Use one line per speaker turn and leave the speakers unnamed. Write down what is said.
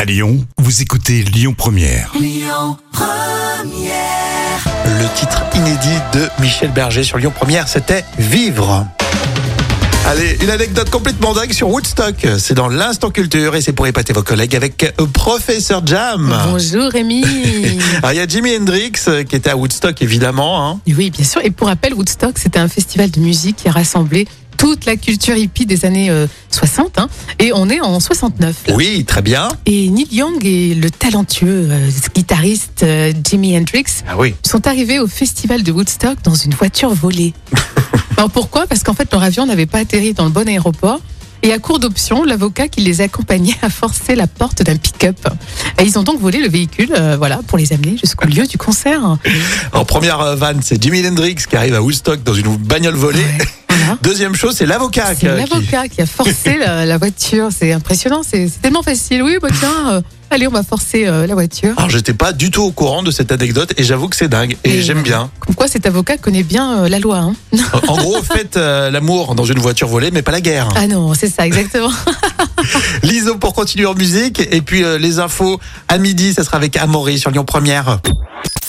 À Lyon, vous écoutez Lyon Première.
Le titre inédit de Michel Berger sur Lyon Première, c'était Vivre. Allez, une anecdote complètement dingue sur Woodstock. C'est dans l'instant culture et c'est pour épater vos collègues avec euh, Professeur Jam.
Bonjour Rémi.
Alors, il y a Jimi Hendrix euh, qui était à Woodstock évidemment. hein.
oui, bien sûr. Et pour rappel, Woodstock, c'était un festival de musique qui a rassemblé toute la culture hippie des années euh, 60. hein. et on est en 69. là.
Oui, très bien.
Et Neil Young et le talentueux euh, guitariste euh, Jimi Hendrix
Ah oui.
sont arrivés au festival de Woodstock dans une voiture volée. Alors pourquoi Parce qu'en fait, leur avion n'avait pas atterri dans le bon aéroport. Et à court d'options, l'avocat qui les accompagnait a forcé la porte d'un pick-up. Et ils ont donc volé le véhicule, euh, voilà, pour les amener jusqu'au lieu du concert.
En première euh, vanne, c'est Jimi Hendrix qui arrive à Woodstock dans une bagnole volée.
Voilà.
Deuxième chose, c'est l'avocat. qui-
C'est l'avocat qui a forcé la, la voiture. C'est impressionnant, c'est c'est tellement facile. Oui, bah tiens, euh, allez, on va forcer euh, la voiture.
Alors, j'étais pas du tout au courant de cette anecdote et j'avoue que c'est dingue et,
Et-
j'aime bien.
Comme quoi, cet avocat connaît bien euh, la loi. hein.
En gros, faites euh, l'amour dans une voiture volée, mais pas la guerre.
Ah non, c'est ça, exactement.
L'ISO pour continuer en musique. Et puis euh, les infos à midi, ça sera avec Amaury sur Lyon Première.